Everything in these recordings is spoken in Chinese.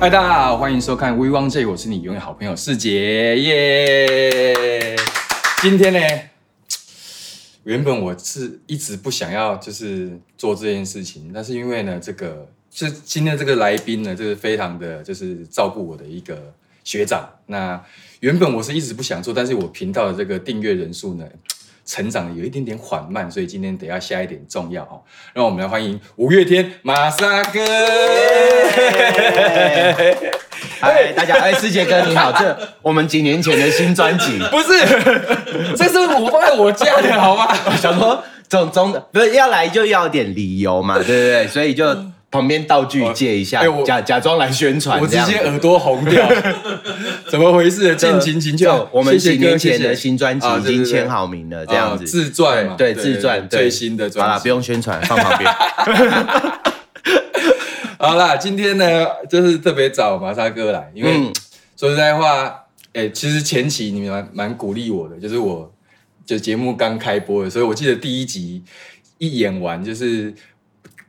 嗨，大家好，欢迎收看《微汪 J》，我是你永远好朋友世杰，耶、今天呢，原本我是一直不想要就是做这件事情，但是因为呢，这个是今天这个来宾呢，就是非常的就是照顾我的一个学长。那原本我是一直不想做，但是我频道的这个订阅人数呢，成长的有一点点缓慢，所以今天得要下一点重药哦。让我们来欢迎五月天马萨哥。嗨，大家，哎，师姐哥你好，这我们几年前的新专 辑，不 是，这是我放在我家的，好吗？想说总总的不是要来就要点理由嘛，对不对？所以就旁边道具借一下，嗯哎我假假装来宣传，我直这样接呃耳朵红 掉，怎么回事？就尽情请就教。我们啊谢谢几年哥前谢谢的新专辑啊已对经对对签好名了，这样啊子自传嘛，对自传对最新的好专了，不辑。用宣传，放 旁边。好啦，今天呢，就是特别找马萨哥来，因为嗯，说实在话，哎，其实前期你们蛮蛮鼓励我的，就是我就节目刚开播的，所以我记得第一集一演完就是。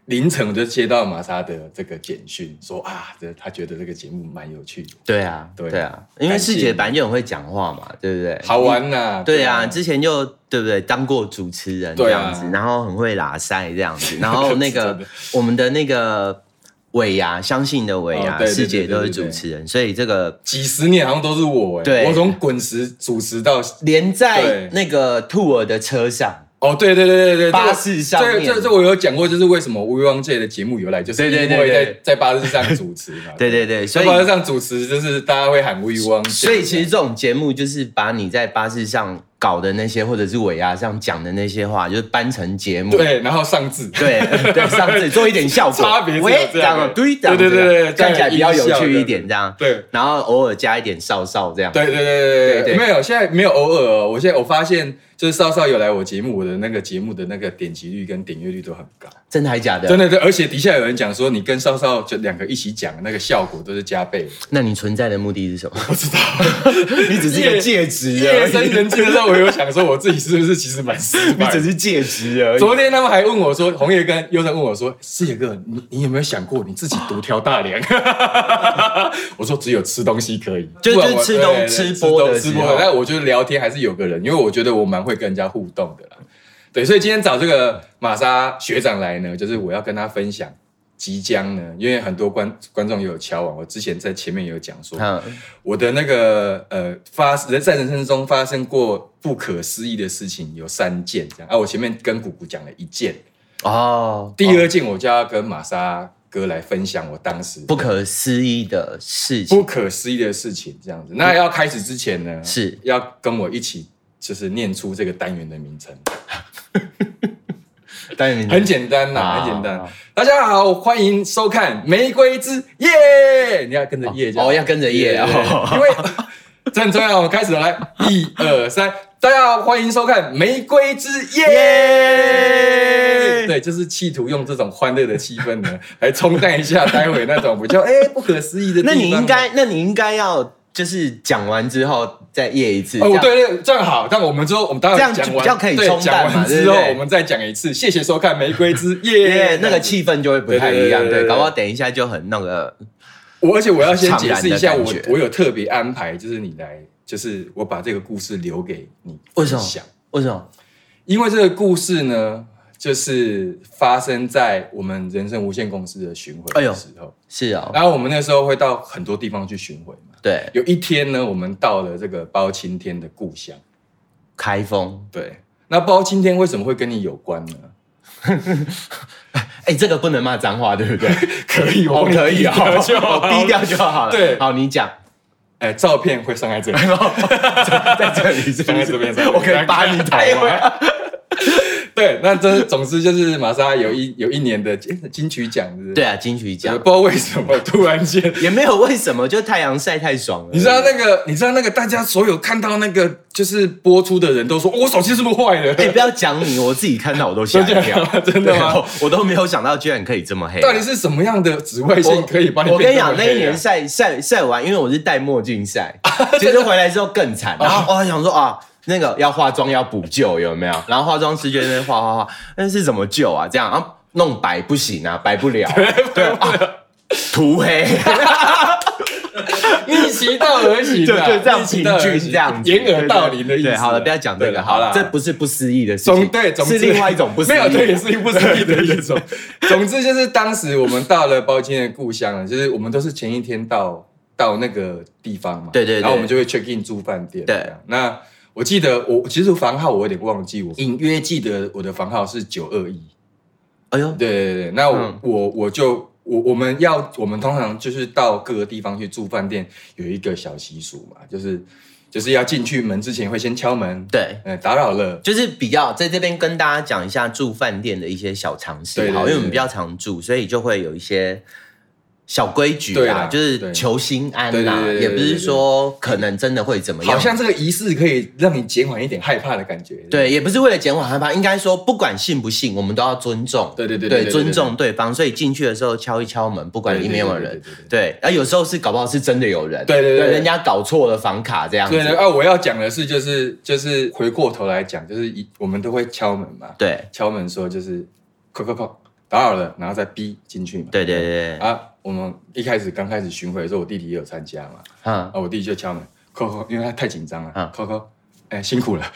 凌晨我就接到马莎的这个简讯，说啊，这他觉得这个节目蛮有趣的，对啊，对对啊，因为感谢师姐本来就很会讲话嘛，对不对？好玩呐、对啊，之前就对不对，当过主持人这对啊样子，然后很会拉塞这 样子，然后那个真的我们的那个尾牙，相信的尾哦牙，对对师姐对对都是对主持人，所以这个几十年好像都是我哎、对我从滚石主持到连对在那个兔儿的车上，哦，对对对对对，巴士上这个面这个这个我有讲过，就是为什么微望界的节目由来，就是因对为对在对对在巴士上主持嘛， 对对对，所在巴士以上主持就是大家会喊微望界，所以其实这种节目就是把你在巴士上搞的那些，或者是尾牙上讲的那些话，就是搬成节目。对，然后上 字。对对，上次做一点效 果，差别只有喂这这样样哦对这样对对对对这样看起来比较这有样有音趣效一点，这样对然后偶尔加一点少少这样，对对对对对对对，对没有，现在没有偶尔哦。我现在我发现，就是少少有来我节目，我的那个节目的那个点击率跟点阅率都很高，真的还假的？真的。对，而且底下有人讲说，你跟少少就两个一起讲，那个效果都是加倍的。那你存在的目的是什么？不知道，你只是一个戒指而夜深已，人静的时候，我有想说我自己是不是其实蛮失你败只的。是戒指而已。昨天他们还问我说，红叶跟优生问我说，四野哥，你你有没有想过你自己独挑大梁？ 我说只有吃东西可以，就不然我就吃东对对吃吃东播的吃时候播的。但我觉得聊天还是有个人，因为我觉得我蛮会跟人家互动的啦。对，所以今天找这个玛莎学长来呢，就是我要跟他分享。即将呢，因为很多观观众也有敲网，我之前在前面也有讲说，嗯，我的那个呃发人在人生中发生过不可思议的事情有三件这样啊，我前面跟姑姑讲了一件，哦，第哦二件我就要跟玛莎哥来分享我当时不可思议的事情不可思议的事情这样子。那要开始之前呢，是要跟我一起就是念出这个单元的名称，但你很简单呐、好很简单好。大家好，欢迎收看《玫瑰之夜》，你要跟着夜这样哦，要跟着夜对对对哦， 因为 这很重要。我们开始了来，一二三，大家好，欢迎收看《玫瑰之夜》。耶对，就是企图用这种欢乐的气氛呢， 来冲淡一下待会那种比 较哎、不可思议的地那方。啊哦你应该，那你应该要就是讲完之后再夜一次，这哦，样对对，这样好。但我们之后，我们待会这样就讲完，比较可以对冲讲淡嘛完对之不后对我们再讲一次。谢谢收看《玫瑰之夜》 耶，那个气氛就会不太一样，对对对对对，对搞不好等一下就很那个，我而且我要先解释一下，怅然的我感觉我有特别安排，就是你来，就是我把这个故事留给你为什么想。为什么？因为这个故事呢，就是发生在我们人生无限公司的巡回哎的呦时候，是哦，然后我们那时候会到很多地方去巡回嘛。对，有一天呢，我们到了这个包青天的故乡。开封，对，那包青天为什么会跟你有关呢？哎，这个不能骂脏话，对不对？可以，哦，可以啊， 就好哦低调就好了。对好，你讲，哎，照片会上在这里。 在这里是不放在是这边放在这边哎我可以扒你头啊吗？ 对，那这总之就是玛莎有一有一年的金金曲奖，是不是对，啊，金曲奖不知道为什么突然间也没有为什么，就太阳晒太爽了。你知道那个，你知道那个，大家所有看到那个就是播出的人都说，哦我手机是不是坏了？哎，不要讲你，我自己看到我都吓一真的跳吗，真的吗 对？啊我我都没有想到，居然可以这么黑。啊到底是什么样的紫外我线可以把你、我跟你讲，那一啊年，晒晒晒完，因为我是戴墨 镜晒，其实回来之后更哦惨。然后我还想说啊，那个要化妆要补救有没有？然后化妆师就在那边画画画，那是怎么救啊？这样 啊，弄白不行啊，白不了，对啊，涂黑。逆其道而行就 啊，就这样逆其平道而均行这样子，掩耳盗铃的意思。啊对，好了，不要讲这对个，了好好了了，，这不是不思议的事总情，对，总是之另外一种不思议，没有，对，也是一不思议的一种。总之就是当时我们到了包青的故乡了，就是我们都是前一天到到那个地方嘛，对对对然后我们就会 check in 住饭店，对这样。那我记得我其实房号我有点忘记，我隐约记得我的房号是九二一，哎呦，对对对，那我、嗯我我就我我们要我们通常就是到各个地方去住饭店，有一个小习俗嘛，就是就是要进去门之前会先敲门，对。呃，打扰了。就是比较在这边跟大家讲一下住饭店的一些小常识，对对好，因对为我们比较常住，所以就会有一些小规矩对啦，啦就是对求心安对对啦，对对也不对是对说可能真的会怎么样，好像这个仪式可以让你减缓一点害怕的感觉。对，也不是为了减缓害怕，应该说不管信不信，我们都要尊重，对对对对对对尊重对方，所以进去的时候敲一敲门，不管里面有没有人对对对，对，啊然后有时候是搞不好是真的有人，对对对对人家搞错了房卡这样对对子，啊，我要讲的是，就是就是回过头来讲，就是一我们都会敲门嘛，对敲门说就是扣扣扣打扰了，然后再逼进去嘛。对对对，对啊，我们一开始刚开始巡回的时候，我弟弟也有参加嘛，嗯，啊，我弟就敲门，扣扣，因为他太紧张了嗯，扣扣，哎，辛苦了。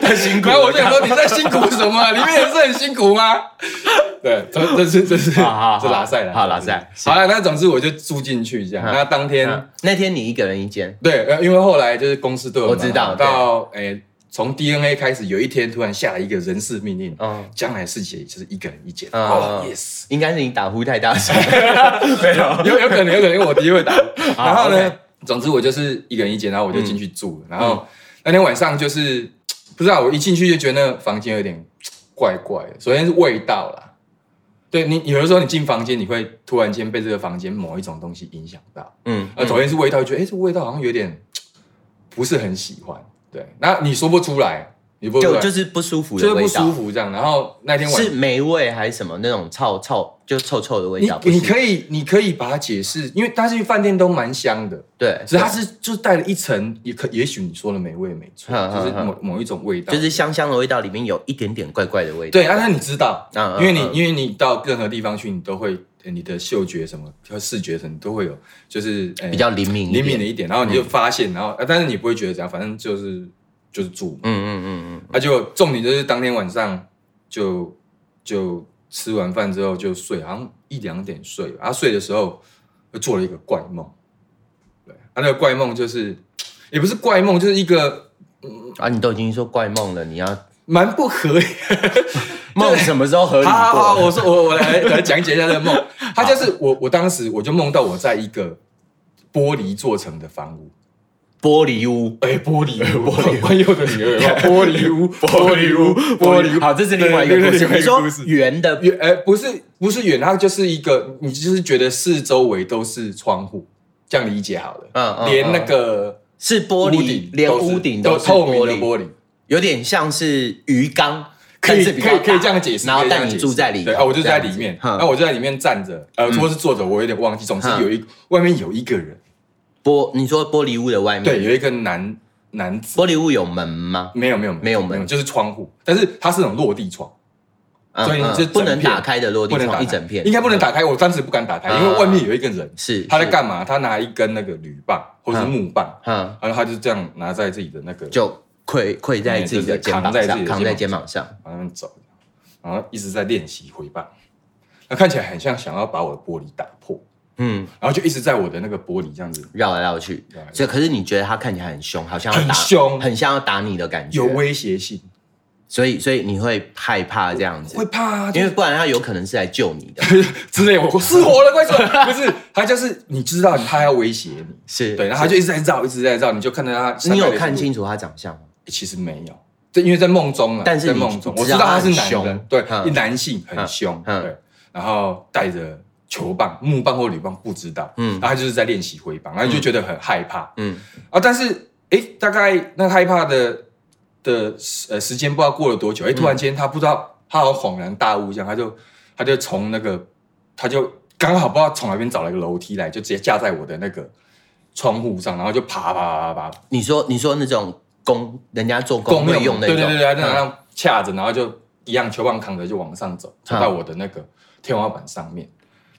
太辛然后哎我就想说，你在辛苦什么？里面也是很辛苦吗？ 对，这这是这是这好好好拉塞了，好拉塞好了，那总之我就住进去这样。嗯那当天那天你一个人一间，对，呃，因为后来就是公司对我我蛮好知道对到诶，从 DNA 开始，有一天突然下了一个人事命令，嗯将来世界就是一个人一间。嗯哦嗯，yes，应该是你打呼太大 声，没有，有有可能，有可能，因为我第一会 打。好然后 OK 呢，嗯总之我就是一个人一间，然后我就进去住了。然后那天晚上就是不知道，我一进去就觉得那房间有点怪怪的。首先是味道啦，对你有的时候你进房间，你会突然间被这个房间某一种东西影响到。嗯，呃，首先是味道，觉得哎、诶这味道好像有点不是很喜欢。对，那你说不出来，你不就就是是不舒服就的是味不舒道，服这样。然后那天晚上是霉味还是什么那种臭臭就臭臭的味道，你你不是可以你可以把它解释，因为它去饭店都蛮香的。对，只是它是就是带了一层，也可也许你说的美味没错，哼哼就是哼某某一种味道，嗯就是香香的味道，里面有一点点怪怪的味道。对啊，那你知道嗯，嗯因为你嗯因为你到任何地方去，你都会呃你的嗅觉什么和视觉什么都会有，就是呃比较灵敏一点嗯灵敏的一点，然后你就发现，然后啊但是你不会觉得怎样，反正就是就是住嘛，嗯嗯嗯啊就重点就是当天晚上就就吃完饭之后就睡，好像一两点睡吧，啊睡的时候就做了一个怪梦，对，啊那个怪梦就是也不是怪梦，就是一个。嗯，啊，你都已经说怪梦了，你要蛮不合理。梦什么时候合理好好好，过？我说我我来来讲解一下这个 梦。他就是我，我当时我就梦到我在一个玻璃做成的房屋，玻璃屋，哎，玻璃屋，玻璃友的女儿， 玻璃屋，玻璃屋，玻璃屋。好，这是另外一个故对事。另外你一个说故事圆的，远，哎，不是不是远，它就是一个，你就是觉得四周围都是窗户，这样理解好了。嗯嗯连那个是玻屋璃顶，连都是屋顶都是透明玻的璃，玻璃。有点像是鱼缸，可以但是比较可以大可以这样解释，然后可以这样但你解释住在里头，对啊，我就这样在里子面，哼那我就在里面站着，呃，或是坐着，我有点忘记，总之嗯有一外面有一个人，玻，你说玻璃屋的外面，对，，有一个男男子，玻璃屋有门吗？没有没有没有门就是窗户，但是它是那种落地窗，嗯所以嗯这不能整片打开的落地不能打开窗一整片，应该不能打开，我当时不敢打开，嗯因为外面有一个人，是他在是干嘛？他拿一根那个铝棒或是嗯木棒，嗯，然后他就这样拿在自己的那个就跪跪在自己的肩嗯膀就是扛在自上，己的扛在肩膀上。往那边走，然后一直在练习挥棒，那看起来很像想要把我的玻璃打破，嗯，然后就一直在我的那个玻璃这样子。绕来绕去绕来，绕去所以可是你觉得他看起来很凶，好像要打很凶很像要打你的感觉，有威胁性，所以所以你会害怕这样子会，怕啊，因因为为不然他有可能是来救你 的，之类，我失火了，快走！不是，他就是你知道他要威胁你，是对，然后他就一直在绕，一直在绕，你就看到他。你有看？清楚他长相吗？其实没有，对，因为在梦中了，但是在你梦中，知我知道道他他是很男的凶，对，嗯一男性很凶，嗯对，然后带着球棒、木棒或铝棒，不知道，嗯嗯，然后他就是在练习挥棒，然后你就觉得很害怕，嗯，啊，但是诶，大概那害怕的的呃时间不知道过了多嗯久，诶，突然间他不知道，他好像恍然大悟一样，他就他就从那个他就刚好不知道从哪边找了一个楼梯来，就直接架在我的那个窗户上，然后就爬爬爬爬爬，你说你说那种工人家做工会哦用那对对对种，对，他就那样嗯掐着，然后就一样球棒扛着就往上走，走到我的那个天花板上面。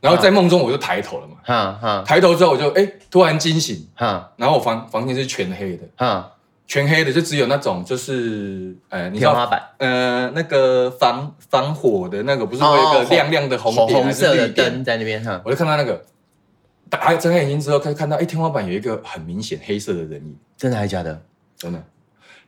然后在梦中我就抬头了嘛，哈哈抬头之后我就哎、突然惊醒，哈然后我房房间是全黑的，哈，全黑的就只有那种就是呃你知天道花板呃那个防防火的那个不是会有一哦个红亮亮的红点红还是色的绿点灯在那边哈，我就看到那个打开睁开眼睛之后，看看到哎、天花板有一个很明显黑色的人影，真的还假的？真的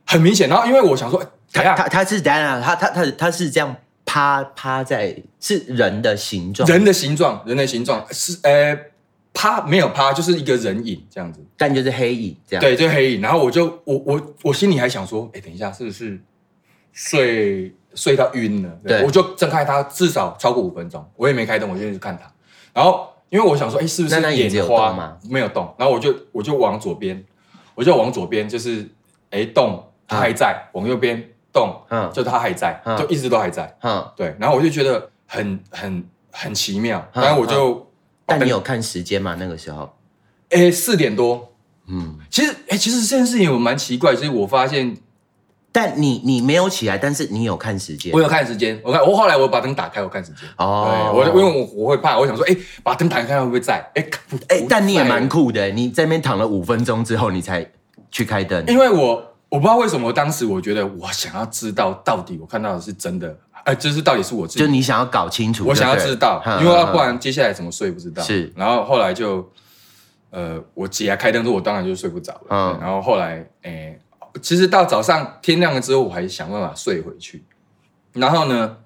很明显。然后因为我想说，哎等一下他 他他是当然他他他他是这样趴趴在是人的形状，人的形状，人的形状是呃趴没有趴，就是一个人影这样子，但就是黑影这样。对，就黑影。然后我就我我我心里还想说，哎、等一下是不是睡睡到晕了？对我就睁开它，至少超过五分钟，我也没开灯，我就去看它。然后因为我想说，哎、是不是那那眼睛眼有花动吗？没有动，然后我就我就往左边，我就往左边，就是哎、动，它还在；往右边动，嗯就它还在，嗯就一直都还在。哈，对，然后我就觉得很很很奇妙，嗯然后我就把但灯你有看时间吗？那个时候，哎四点多。嗯，其实，哎、其实这件事情我蛮奇怪，就是我发现但你你没有起来，但是你有看时间我。有看时间，我看我后来我把灯打开，我看时间。哦对，我就因为我我会怕，我想说，哎、把灯打开看会不会在？哎、看不哎、不但你也在蛮酷的，你在那边躺了五分钟之后，你才去开灯。因为我我不知道为什么，当时我觉得我想要知道到底我看到的是真的，呃，就是到底是我自就己，你想要搞清楚，我想要知道，因为要不然接下来怎么睡不知道。是然后后来就，呃，我姐啊开灯之后，我当然就睡不着了。嗯嗯，然后后来，哎、其实到早上天亮了之后，我还想办法睡回去。然后呢，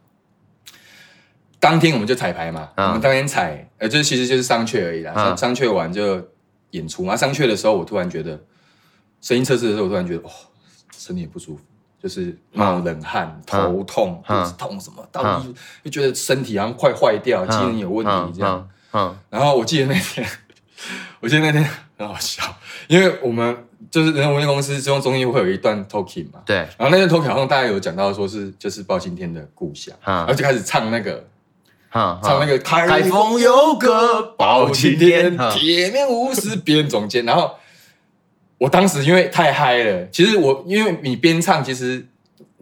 当天我们就彩排嘛，嗯我们当天彩，呃，就是其实就是商榷而已啦。嗯商商榷完就演出嘛。啊商榷的时候，我突然觉得，声音测试的时候，我突然觉得，哦哇、身体也不舒服，就是冒冷汗、头痛、嗯肚子痛什么，到底就觉得身体好像快坏掉，嗯机能有问题这样。。嗯嗯然后我记得那天，我记得那天很好笑，因为我们就是人文公司中中间会有一段 talking 嘛嗯，对，然后那段 talking 好像大家有讲到说是就是包青天的故乡，嗯然后就开始唱那个嗯唱那个海风有个包包青青天天，，铁面无私编总监。然后我当时因为太嗨了，其实我因为你边唱，其实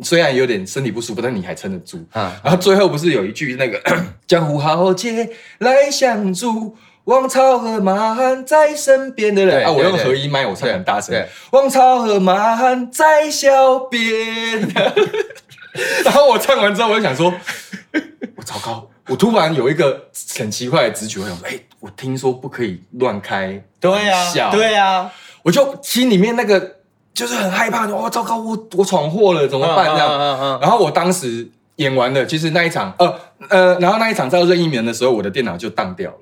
虽然有点身体不舒服，但你还撑得住。嗯然后最后不是有一句那个 江湖豪杰来相助。王朝和马汉在身边的对人啊，我对用对合一麦，我唱很大声对对。王朝和马汉在小边， 然后我唱完之后，我就想说，我糟糕！我突然有一个很奇怪的直觉，我想说，哎、我听说不可以乱开， 对呀，笑，对啊呀，我就心里面那个就是很害怕，哦，糟糕，我我闯祸了，怎么办？这样，嗯嗯然后我当时演完了，其实那一场，呃呃，然后那一场在任意门的时候，我的电脑就当掉了，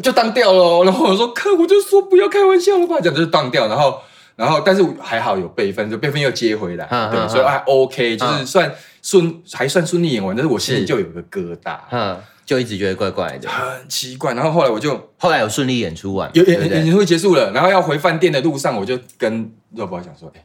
就当掉了哦、然后我说，看，我就说不要开玩笑了吧，讲就是当掉，然后。然后，但是还好有备份，就备份又接回来，嗯对，嗯所以嗯还 OK，就是嗯算顺，还算顺利演完，但是我心里是就有个疙瘩，嗯，就一直觉得怪怪的。很奇怪。然后后来我就后来有顺利演出完，有嗯对不演对演唱会结束了，然后要回饭店的路上，我就跟肉包讲说：“哎、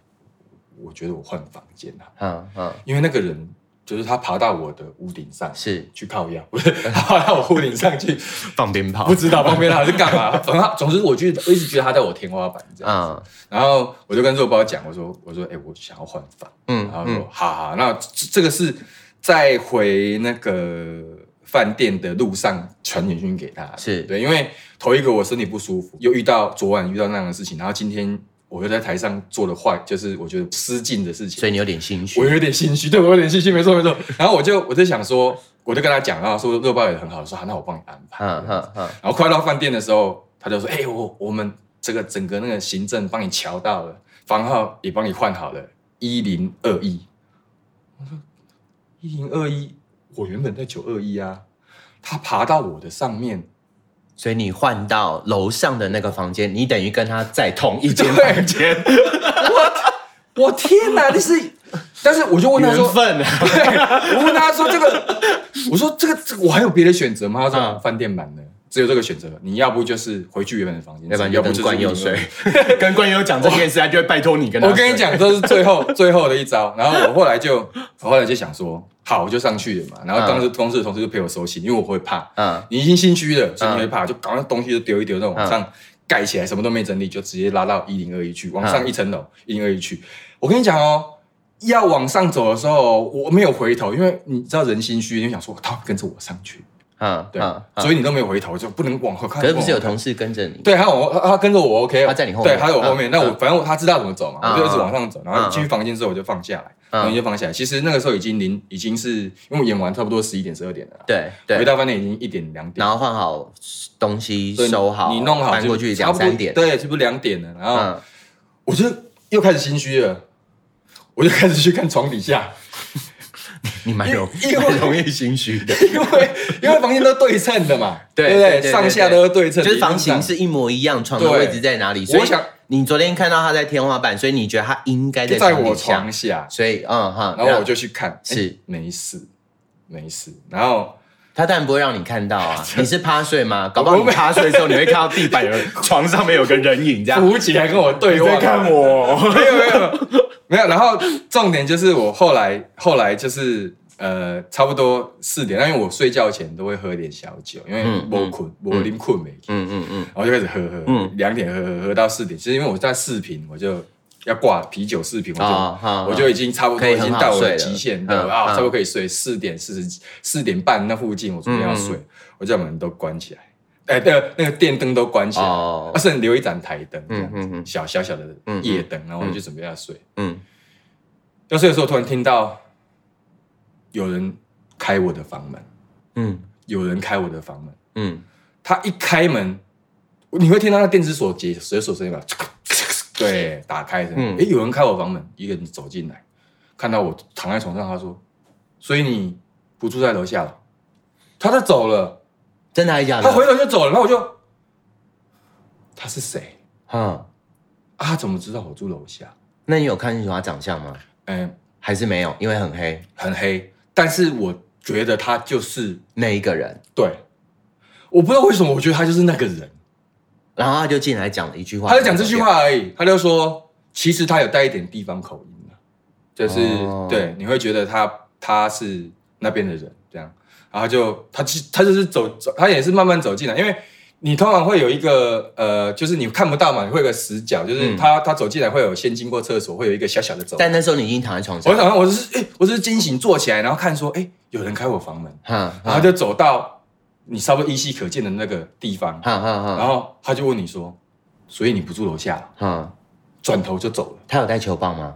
我觉得我换房间了，嗯嗯，因为那个人就是他爬到我的屋顶上是去靠腰， 不是他爬到我屋顶上去，放鞭炮不知道旁边他是干嘛。反正总之，我就我一直觉得他在我天花板这样。嗯然后我就跟肉包讲，我说：“我说，哎、我想要换房。”嗯然后说嗯，：“好好，那这这个是在回那个饭店的路上传简讯给他，是对，因为头一个我身体不舒服，又遇到昨晚遇到那样的事情，然后今天我又在台上做了坏，就是我觉得失禁的事情，所以你有点心我虚，有点心虚，对我有点心虚，没错没错。然后我就我就想说，我就跟他讲，然后说肉包也很好，说、啊、那我帮你安排。嗯嗯嗯，然后快到饭店的时候，他就说：“哎、我我们这个整个那个行政帮你瞧到了，房号也帮你换好了，一零二一。”我说：“一零二一，我原本在九二一啊，他爬到我的上面，所以你换到楼上的那个房间，你等于跟他在同一间对房间，我天 哪，这是！但是我就问他说缘，分 啊，我问他说这个，我说这个这个我还有别的选择吗？他说嗯饭店版的。”只有这个选择，你要不就是回去原本的房间，要不然要就不跟就是冠佑102睡， 跟冠佑讲这件事，他就会拜托你跟 他。我跟你，讲，这是最后最后的一招。然后我后来就，我后来就想说，好，我就上去了嘛。然后当时公司的同事就陪我收心，因为我会怕，嗯你已经心虚了，所以你会怕，就搞那东西就丢一丢，再往上盖起来，什么都没整理，就直接拉到一零二一去，往上一层楼嗯一零二一去。我跟你讲哦。要往上走的时候，我没有回头，因为你知道人心虚，你就想说，他会跟着我上去，嗯，对，嗯嗯所以你都没有回头，就不能往后看。可是不是有不能往后看同事跟着你？对，他往后他他跟着我 OK，他在你后面对，他在我后面。嗯那我反正我他知道怎么走嘛，嗯我就一直往上走，然后嗯进去房间之后我就放下来，嗯然后就放下来。其实那个时候已经零，已经是因为我演完差不多十一点十二点了啦，对回对，到饭店已经一点两点然。后换好东西所以收好，你弄好搬就过去差两不多三点。对，是不是两点了？然后嗯，我就又开始心虚了，我就开始去看床底下，你蛮容因易为蛮容易心虚 的，因为因为房间都对称的嘛，对不对对对上下都是对称，就是房型理论上是一模一样，床的对位置在哪里？我所以想你昨天看到他在天花板，所以你觉得他应该就在在床我底下床下，所以嗯哈，然后我就去看，哎是没事没事，然后他当然不会让你看 到啊，你是趴睡吗？搞不好你趴睡的时候，你会看到地板有人床上面有个人影这样。胡姐还跟我对望，我？没有没有没有。然后重点就是我后来后来就是呃，差不多四点，那因为我睡觉前都会喝点小酒，因为嗯我困我临困没，嗯嗯嗯，然后就开始喝喝，嗯两点喝喝喝到四点，其实因为我在四瓶我就。要挂啤酒四瓶，我就、 哦好我就已经差不可多以已很经好到我睡的了极限，嗯对，我啊，嗯差不多可以睡四点四十四点半那附近，我准备要睡，嗯我就把门都关起来，哎、那个那个电灯都关起来，哦而，剩留一盏台灯，嗯嗯嗯嗯小小小的夜灯，然后我就准备要睡。嗯，要睡的时候，突然听到有人开我的房门，嗯有人开我的房门。嗯，他一开门，你会听到那电子锁解解锁声音吧？对，打开声。嗯诶，有人开我房门，一个人走进来，看到我躺在床上，他说：“所以你不住在楼下了？”他就走了，真的还是假他的？回头就走了，然后我就，他是谁嗯，啊？他怎么知道我住楼下？那你有看清楚他长相吗？嗯、还是没有？因为很黑很黑，但是我觉得他就是那一个人，对，我不知道为什么，我觉得他就是那个人。然后他就进来讲了一句话，他就讲这句，话而已，他就说，其实他有带一点地方口音啊，就是、哦对，你会觉得他他是那边的人这样，然后就他其他就是走走，他也是慢慢走进来，因为。你通常会有一个呃，就是你看不到嘛，你会有个死角，就是嗯他、他走进来会有先经过厕所，会有一个小小的走。但那时候你已经躺在床我上，想我是哎、我是惊醒坐起来，然后看说哎、有人开我房门，哈然后就走到你稍微依稀可见的那个地方，哈哈然哈，后他就问你说：“所以你不住楼下哈，？”转头就走了。他有带球棒吗？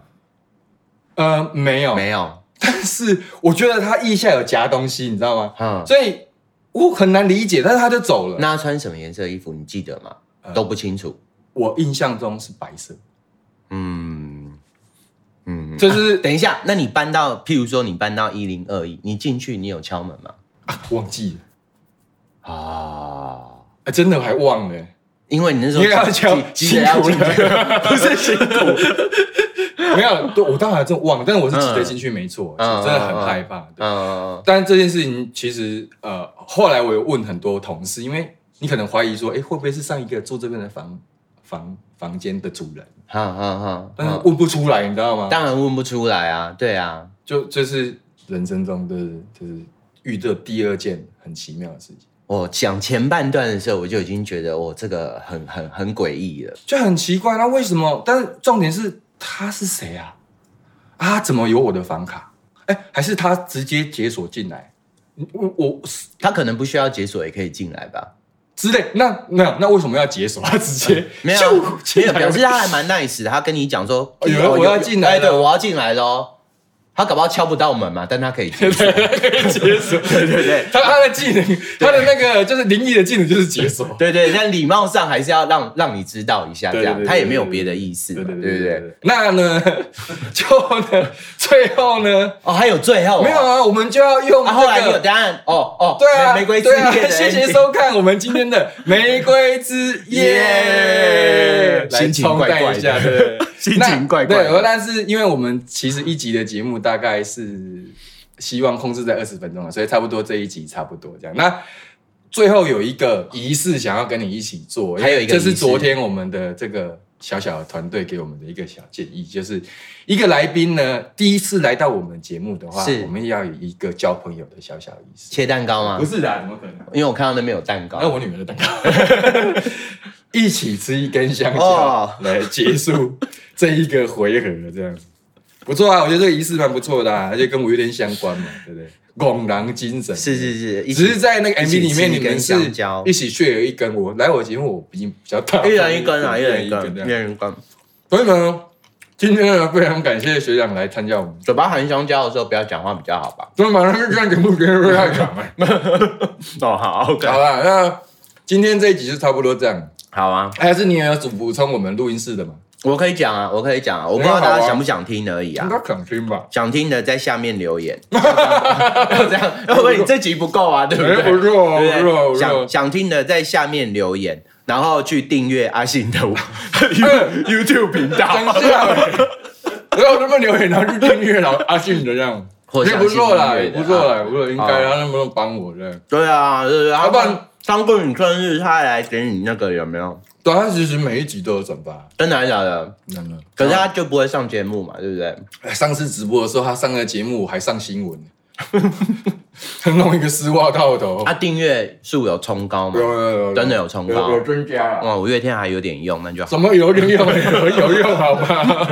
呃，没有，没有，但是我觉得他腋下有夹东西，你知道吗？哈，所以我很难理解，但是他就走了。那他穿什么颜色的衣服？你记得吗？呃都不清楚。我印象中是白色，嗯，嗯，就是、等一下，那你搬到，譬如说你搬到一零二一，你进去，你有敲门吗？啊忘记了，啊，啊、真的我还忘了、因为你那时因候为要敲急急着要进辛苦去， 不是辛苦， 没有，对我当然真忘了，但是我是记得进去没错，嗯真的很害怕。对嗯，但这件事情其实呃，后来我有问很多同事，因为你可能怀疑说，哎、会不会是上一个住这边的房房房间的主人？哈哈但是哈，问不出来，你知道吗？当然问不出来啊，对啊，就就是人生中的就是遇到第二件很奇妙的事情，我讲前半段的时候，我就已经觉得我这个很很很诡异了。就很奇怪。那为什么？但是重点是他是谁啊？啊，怎么有我的房卡？哎、还是他直接解锁进来？我我他可能不需要解锁也可以进来吧？之类，那那那为什么要解锁？他直接没有咻啊，没进有，来表示他还蛮 nice 的。他跟你讲说，哦有人我要进来哎对，了我要进来喽。他搞不好敲不到门嘛，但他可以进去。解锁， 对对对，他他的技能，他的那个就是灵异的技能就是解锁，对对，但礼貌上还是要让让你知道一下，这对样对对他也没有别的意思嘛，对对对不对对对？对。那呢，就呢，最后呢，哦，还有最后啊没有啊，我们就要用啊，后来这你有个。答案哦哦，对啊，玫玫瑰之对夜啊，的谢谢 ending 收看我们今天的玫瑰之夜 耶，来心情冲怪淡怪一的下，对， 心情怪怪的那对，但是因为我们其实一集的节目大概是希望控制在二十分钟啊了，所以差不多这一集差不多这样。那最后有一个仪式想要跟你一起做，因为还有一个这是仪式昨天我们的这个小小的团队给我们的一个小建议，就是一个来宾呢第一次来到我们节目的话是，我们要有一个交朋友的小小仪式。切蛋糕吗不？是的，怎么可能？因为我看到那边有蛋那糕，我女儿的蛋糕，一起吃一根香蕉哦来结束这一个回合，这样子。不错啊，我觉得这个仪式蛮不错的、啊，而且跟我有点相关嘛，对不对？拱狼精神是是是，一起只是在那个一起 MV 里面，吃一你根们是香蕉一起血有一根，我来我节目我比你比较大，一人一根啊，一人一根，这样一人一根。所以呢，今天呢非常感谢学长来参加我们，嘴巴含香蕉的时候不要讲话比较好吧？所以马上就让节目别人不要讲了。哦，好，OK，好了，那今天这一集就差不多这样。好啊，还是你有补补充我们录音室的吗？我可以讲啊，我可以讲啊，我不知道大家想不想听而已应。啊该想听吧。想听的在下面 留言， 要这样， 要不然你这集不够啊，对不哎，对？不错哦，不对错哦，不不错对？想哦。想听的在下面留言，然后去订阅阿信的 You- YouTube 频哎讲道，笑欸， 然后他们留言，然后去订阅老阿信的这 样，或也相不信错啦，音乐也的不错啊啦，不错，应好该他能不能帮我这样？对啊，对对，要不然他当过你生日，他还来给你那个有没有？对，啊他其实每一集都有转发，真的还是假的？真的。可是他就不会上节目嘛，对不对？哎上次直播的时候，他上了节目，我还上新闻， 弄一个丝袜套头，他订阅数有冲高有吗？有有，啊真的有冲高有有增加了。哇，五月天还有点用，那就好。怎么有点用？有有用好吗？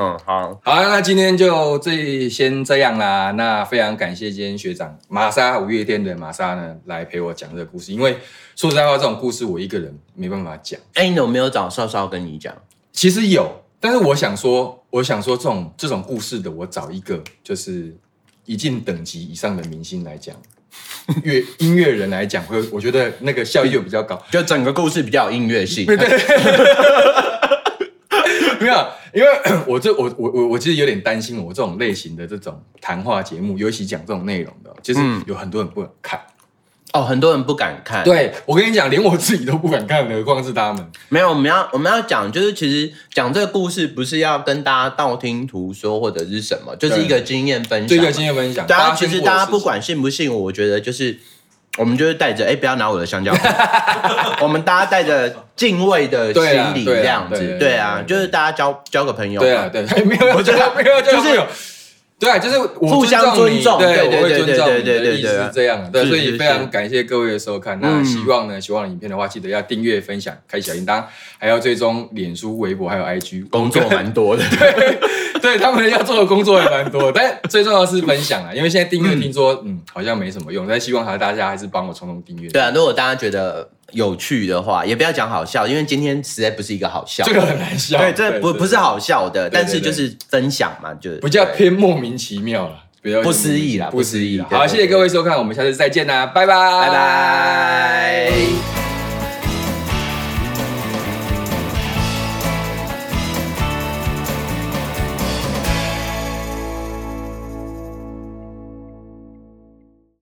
嗯，好，好，那今天就这先这样啦。那非常感谢今天学长玛莎五月天的玛莎呢来陪我讲这个故事，因为说实在话，这种故事我一个人没办法讲。哎，你有没有找少少跟你讲？其实有，但是我想说，我想说这种这种故事的，我找一个就是一定等级以上的明星来讲，乐音乐人来讲，会我觉得那个效益就比较高。就整个故事比较有音乐性，没有，因为我这我我我我其实有点担心，我这种类型的这种谈话节目，尤其讲这种内容的，就是嗯有很多人不敢看。哦，很多人不敢看。对我跟你讲，连我自己都不敢看，何况是他们。没有，我们要我们要讲，就是其实讲这个故事不是要跟大家道听途说或者是什么，就是一个经验分这享嘛。个经验分享，大家发生过其实的大家事不情，管信不信，我觉得就是我们就是带着哎、不要拿我的 香蕉，我们大家带着敬畏的心对啊理对啊这样对子对，对啊，对对就是大家交交个朋友嘛，对啊，对， 没有，我觉得没有， 就是有。对啊，就是我互尊相重你尊重对，对我会对尊对重对你对的对意对思对是这样的，对，是所以是非常感谢各位的收看。那嗯希望呢，喜欢我的影片的话，记得要订阅、分享、开小铃铛，还要追踪脸书、微博还有 IG。工作蛮多的， 啊对他们要做的工作也蛮多，但最重要的是分享啊，因为现在订阅听说嗯好像没什么用，但希望还大家还是帮我冲冲订阅。 对啊，如果大家觉得有趣的话，也不要讲好笑，因为今天实在不是一个好笑这，个很难笑，对，这不不是好笑对的，对但是就是分享嘛，就是不叫对偏莫名其妙了，比较不思议啦不思议啦不思议对好，对谢谢各位收看，我们下次再见啦，拜拜，拜拜。